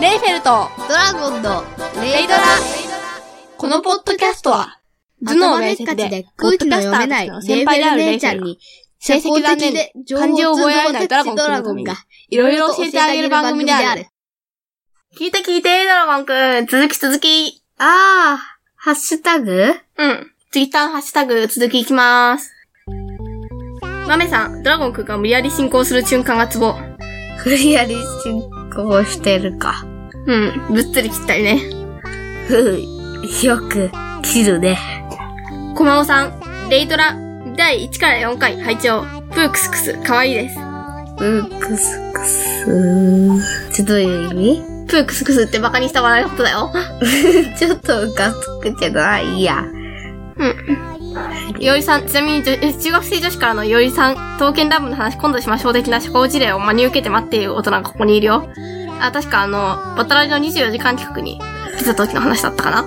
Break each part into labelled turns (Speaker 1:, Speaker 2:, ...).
Speaker 1: レイフェルト
Speaker 2: ドラゴンのレイドラ。
Speaker 1: このポッドキャストは、頭脳
Speaker 2: 頭
Speaker 1: 明
Speaker 2: 明
Speaker 1: 晰
Speaker 2: 晰
Speaker 1: で
Speaker 2: で、
Speaker 1: 空
Speaker 2: 空
Speaker 1: 気
Speaker 2: 気
Speaker 1: の
Speaker 2: の
Speaker 1: 読
Speaker 2: 読
Speaker 1: めな
Speaker 2: めないい
Speaker 1: レイ
Speaker 2: レイ
Speaker 1: フ
Speaker 2: フ
Speaker 1: ェル
Speaker 2: ェル
Speaker 1: 姉
Speaker 2: 姉
Speaker 1: ち
Speaker 2: ち
Speaker 1: ゃ
Speaker 2: ゃ
Speaker 1: ん
Speaker 2: ん
Speaker 1: に
Speaker 2: に、
Speaker 1: 成
Speaker 2: 成
Speaker 1: 績
Speaker 2: 績
Speaker 1: 残念
Speaker 2: 残念
Speaker 1: で
Speaker 2: で、
Speaker 1: 漢
Speaker 2: 漢
Speaker 1: 字
Speaker 2: 字
Speaker 1: を
Speaker 2: を
Speaker 1: 覚
Speaker 2: 覚
Speaker 1: え
Speaker 2: え
Speaker 1: られな
Speaker 2: られないい
Speaker 1: ド
Speaker 2: ド
Speaker 1: ラ
Speaker 2: ラ
Speaker 1: ゴ
Speaker 2: ゴ
Speaker 1: ンくん
Speaker 2: ンくん
Speaker 1: の
Speaker 2: が、
Speaker 1: い
Speaker 2: い
Speaker 1: ろ
Speaker 2: ろ
Speaker 1: い
Speaker 2: い
Speaker 1: ろ
Speaker 2: ろ
Speaker 1: 教
Speaker 2: 教
Speaker 1: え
Speaker 2: え
Speaker 1: て
Speaker 2: て
Speaker 1: あ
Speaker 2: あ
Speaker 1: げ
Speaker 2: げ
Speaker 1: る
Speaker 2: る
Speaker 1: 番
Speaker 2: 番
Speaker 1: 組
Speaker 2: 組
Speaker 1: で
Speaker 2: で
Speaker 1: あ
Speaker 2: あ
Speaker 1: る
Speaker 2: る。
Speaker 1: 聞いて聞いて、ドラゴンくん。続き続き。
Speaker 2: あー、ハッシュタグ
Speaker 1: うん。ツイッターのハッシュタグ、続きいきます。マメさん、ドラゴンくんが無理やり進行する瞬間がツボ。
Speaker 2: クリアに進行してるか。
Speaker 1: うん。ぶっつり切ったりね。
Speaker 2: ふう、よく、切るね。
Speaker 1: コマオさん、レイトラ、第1から4回、拝聴。プークスクス、かわいいです。
Speaker 2: うん、くすくす。ちょっという意味
Speaker 1: プークスクスってバカにした笑いことだよ。
Speaker 2: ちょっとうかつくけど、あいいや。
Speaker 1: いおりさん、ちなみに女中学生女子からのいおりさん、刀剣乱舞の話今度しましょう的な社交辞令を真に受けて待っている大人がここにいるよ。あ、確かあの、バタラジの24時間企画に来た時の話だったかな。
Speaker 2: あ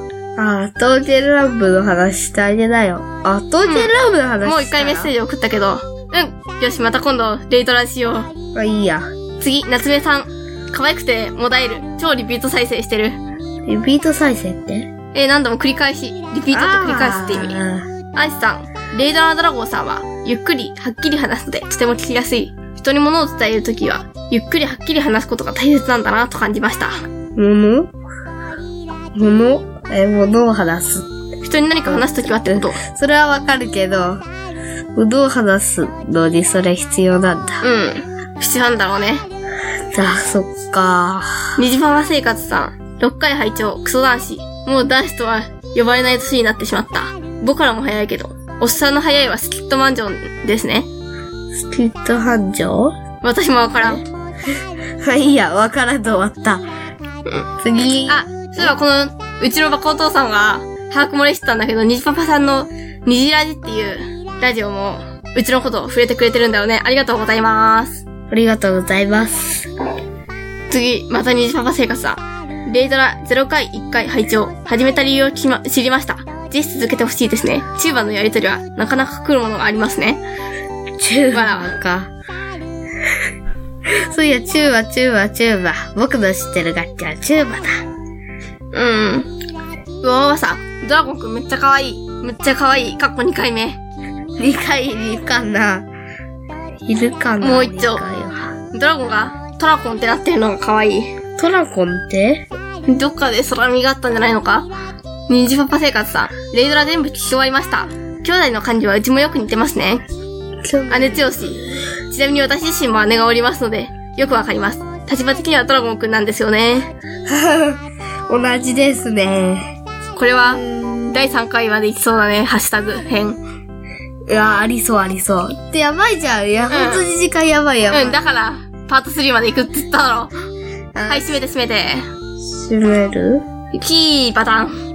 Speaker 2: ー、トーテルラブの話してあげなよ。あ、トーテルラブの話したら
Speaker 1: もう一回メッセージ送ったけど、うん、よし、また今度、レイトラしよう。
Speaker 2: まあいいや。
Speaker 1: 次、夏目さん。可愛くて、もだえる。超リピート再生してる。
Speaker 2: リピート再生って
Speaker 1: えー何度も繰り返し、リピートと繰り返すって意味。
Speaker 2: 味。
Speaker 1: アイスさん、レイドラドラゴンさんは、ゆっくり、はっきり話すので、とても聞きやすい。人に物を伝えるときは、ゆっくりはっきり話すことが大切なんだなと感じました。
Speaker 2: ものものえ、ものを話す。
Speaker 1: 人に何か話すときはってこと。
Speaker 2: それはわかるけど、ものを話すのにそれ必要なんだ。
Speaker 1: うん。必要なんだろうね。
Speaker 2: あ、そっか。
Speaker 1: 虹パパ生活さん、6回拝聴クソ男子。もう男子とは呼ばれない年になってしまった。僕からも早いけど、おっさんの早いはスキットマンジョンですね。
Speaker 2: スキット繁盛
Speaker 1: 私もわからん。
Speaker 2: はい、いいや、わからんと終わった。次。
Speaker 1: あ、そういえばこの、うちのバカお父さんが、把握漏れしてたんだけど、虹パパさんの、虹ラジっていうラジオも、うちのこと触れてくれてるんだよね。ありがとうございます。
Speaker 2: ありがとうございます。
Speaker 1: 次、また虹パパ生活さん。レイドラ0回1回拝聴始めた理由を聞きま知りました。ぜひ続けてほしいですね。チューバのやりとりは、なかなか来るものがありますね。
Speaker 2: チューバーか。そういや、チューバ、チューバ、チューバ。僕の知ってる楽器はチューバだ。
Speaker 1: うん。うわわさ、ドラゴンくんめっちゃ可愛い。めっちゃ可愛い。かっこ2回目。
Speaker 2: 二回いるかないるかな
Speaker 1: もう一丁
Speaker 2: 二回は
Speaker 1: ドラゴンがトラコンってなってるのが可愛い。
Speaker 2: トラコンって
Speaker 1: どっかで空見があったんじゃないのか虹パパ生活さん、レイドラ全部聞き終わりました。兄弟の感じはうちもよく似てますね。
Speaker 2: ちょ
Speaker 1: 姉強し。ちなみに私自身も姉がおりますので、よくわかります。立場的にはドラゴンくんなんですよね。
Speaker 2: 同じですね。
Speaker 1: これは
Speaker 2: う、ん。
Speaker 1: 第3回までいきそうだね、ハッシュタグ編。
Speaker 2: いや、ありそうありそう。で、やばいじゃん。いや、
Speaker 1: ん
Speaker 2: 本当に時間やばいやばい。
Speaker 1: うん、だから、パート3まで行くって言っただろ。はい、閉めて閉めて。
Speaker 2: 閉める
Speaker 1: キーパターン。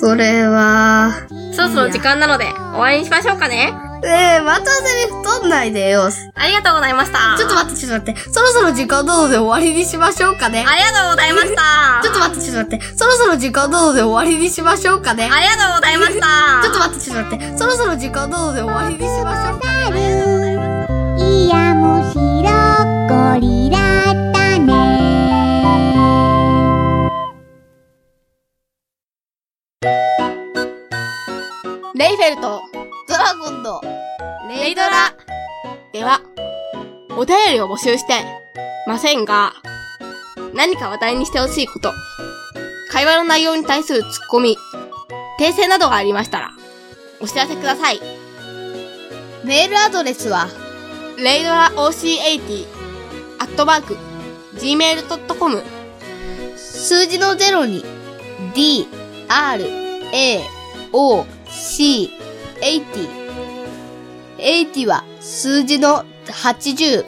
Speaker 2: それは、
Speaker 1: そろそろ時間なので、終わりにしましょうかね。
Speaker 2: ええまたセリフ取んないでよ。ち
Speaker 1: ありがとうございました。
Speaker 2: ょっと待って、ちょっと待って。そろそろ時間なので終わりにしましょうかね。
Speaker 1: ありがとうございました。
Speaker 2: ちょっと待って、ちょっと待って。そろそろ時間なので終わりにしましょうかね。
Speaker 1: ありがとうございました。
Speaker 2: ちょっと待って、ちょっと待って。そろそろ時間なので終わりにしましょうかね。
Speaker 3: いやむしろゴリラだね
Speaker 1: レイフェルト、
Speaker 2: ドラゴンの
Speaker 1: レイドラ。では、お便りを募集してませんが、何か話題にしてほしいこと、会話の内容に対するツッコミ、訂正などがありましたら、お知らせください。
Speaker 2: メールアドレスは、
Speaker 1: レイドラ OC80、アットマーク、gmail.com、
Speaker 2: 数字の0に、d, r, a, o, c, 80。80は数字の80、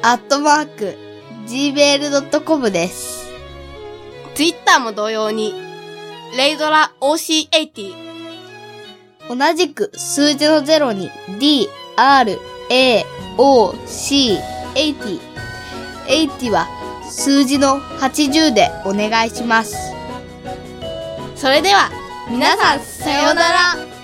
Speaker 2: アットマーク、gmail.com です。
Speaker 1: ツイッターも同様に、レイドラ OC80、
Speaker 2: 同じく数字の0に、d, r, a, o, c, 80。80は数字の80でお願いします。
Speaker 1: それでは、皆さん、さ
Speaker 2: さ
Speaker 1: よ
Speaker 2: よ
Speaker 1: うな
Speaker 2: う
Speaker 1: ら
Speaker 2: なら。